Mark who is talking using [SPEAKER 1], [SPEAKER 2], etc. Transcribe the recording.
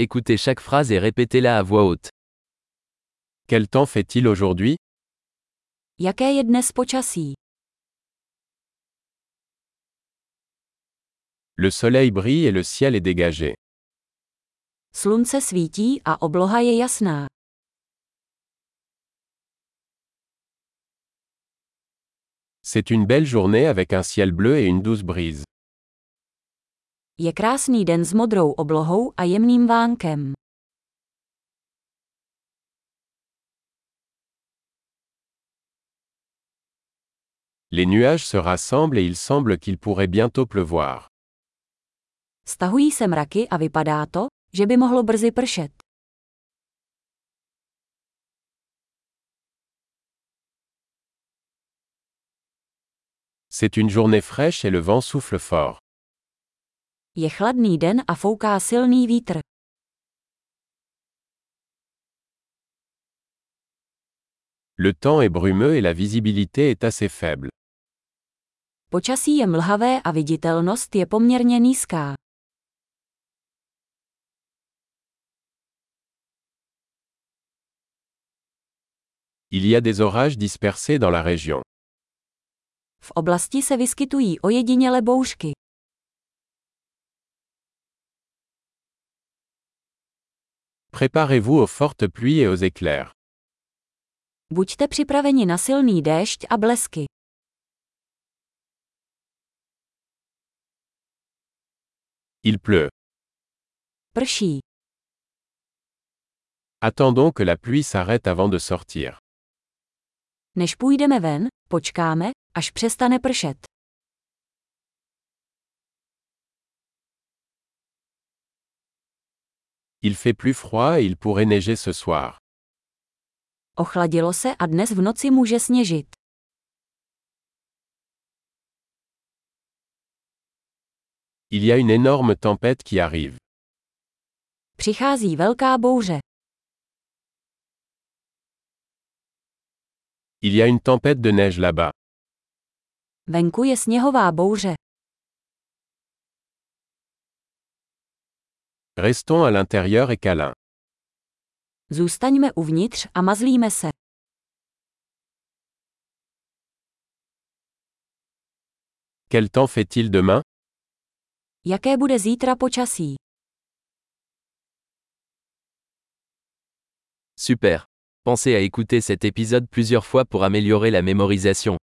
[SPEAKER 1] Écoutez chaque phrase et répétez-la à voix haute. Quel temps fait-il aujourd'hui
[SPEAKER 2] Jaké je dnes počasí?
[SPEAKER 1] Le soleil brille et le ciel est dégagé.
[SPEAKER 2] Slunce svítí a obloha je jasná.
[SPEAKER 1] C'est une belle journée avec un ciel bleu et une douce brise.
[SPEAKER 2] Je krásný den s modrou oblohou a jemným vánkem.
[SPEAKER 1] Les nuages se rassemblent et il semble qu'il pourrait bientôt pleuvoir.
[SPEAKER 2] Stahují se mraky a vypadá to, že by mohlo brzy pršet.
[SPEAKER 1] C'est une journée fraîche et le vent souffle fort.
[SPEAKER 2] Je chladný den a fouká silný vítr.
[SPEAKER 1] Le temps est brumeux et la visibilité est assez faible.
[SPEAKER 2] Počasí je mlhavé a viditelnost je poměrně nízká.
[SPEAKER 1] Il y a des orages dispersés dans la région.
[SPEAKER 2] V oblasti se vyskytují ojediněle bouřky.
[SPEAKER 1] Préparez-vous aux fortes pluies et aux éclairs.
[SPEAKER 2] Buďte připraveni na silný déšť a blesky.
[SPEAKER 1] Il pleut.
[SPEAKER 2] Prší.
[SPEAKER 1] Attendons que la pluie s'arrête avant de sortir.
[SPEAKER 2] Než půjdeme ven, počkáme, až přestane pršet.
[SPEAKER 1] Il fait plus froid et il pourrait neiger ce soir.
[SPEAKER 2] Ochladilo se a dnes v noci může sněžit.
[SPEAKER 1] Il y a une énorme tempête qui arrive.
[SPEAKER 2] Přichází velká bouře.
[SPEAKER 1] Il y a une tempête de neige là-bas.
[SPEAKER 2] Venku je sněhová bouře.
[SPEAKER 1] Restons à l'intérieur et câlin.
[SPEAKER 2] Zůstaňme uvnitř a mazlíme se.
[SPEAKER 1] Quel temps fait-il demain
[SPEAKER 2] Jaké bude zítra počasí?
[SPEAKER 3] Super. Pensez à écouter cet épisode plusieurs fois pour améliorer la mémorisation.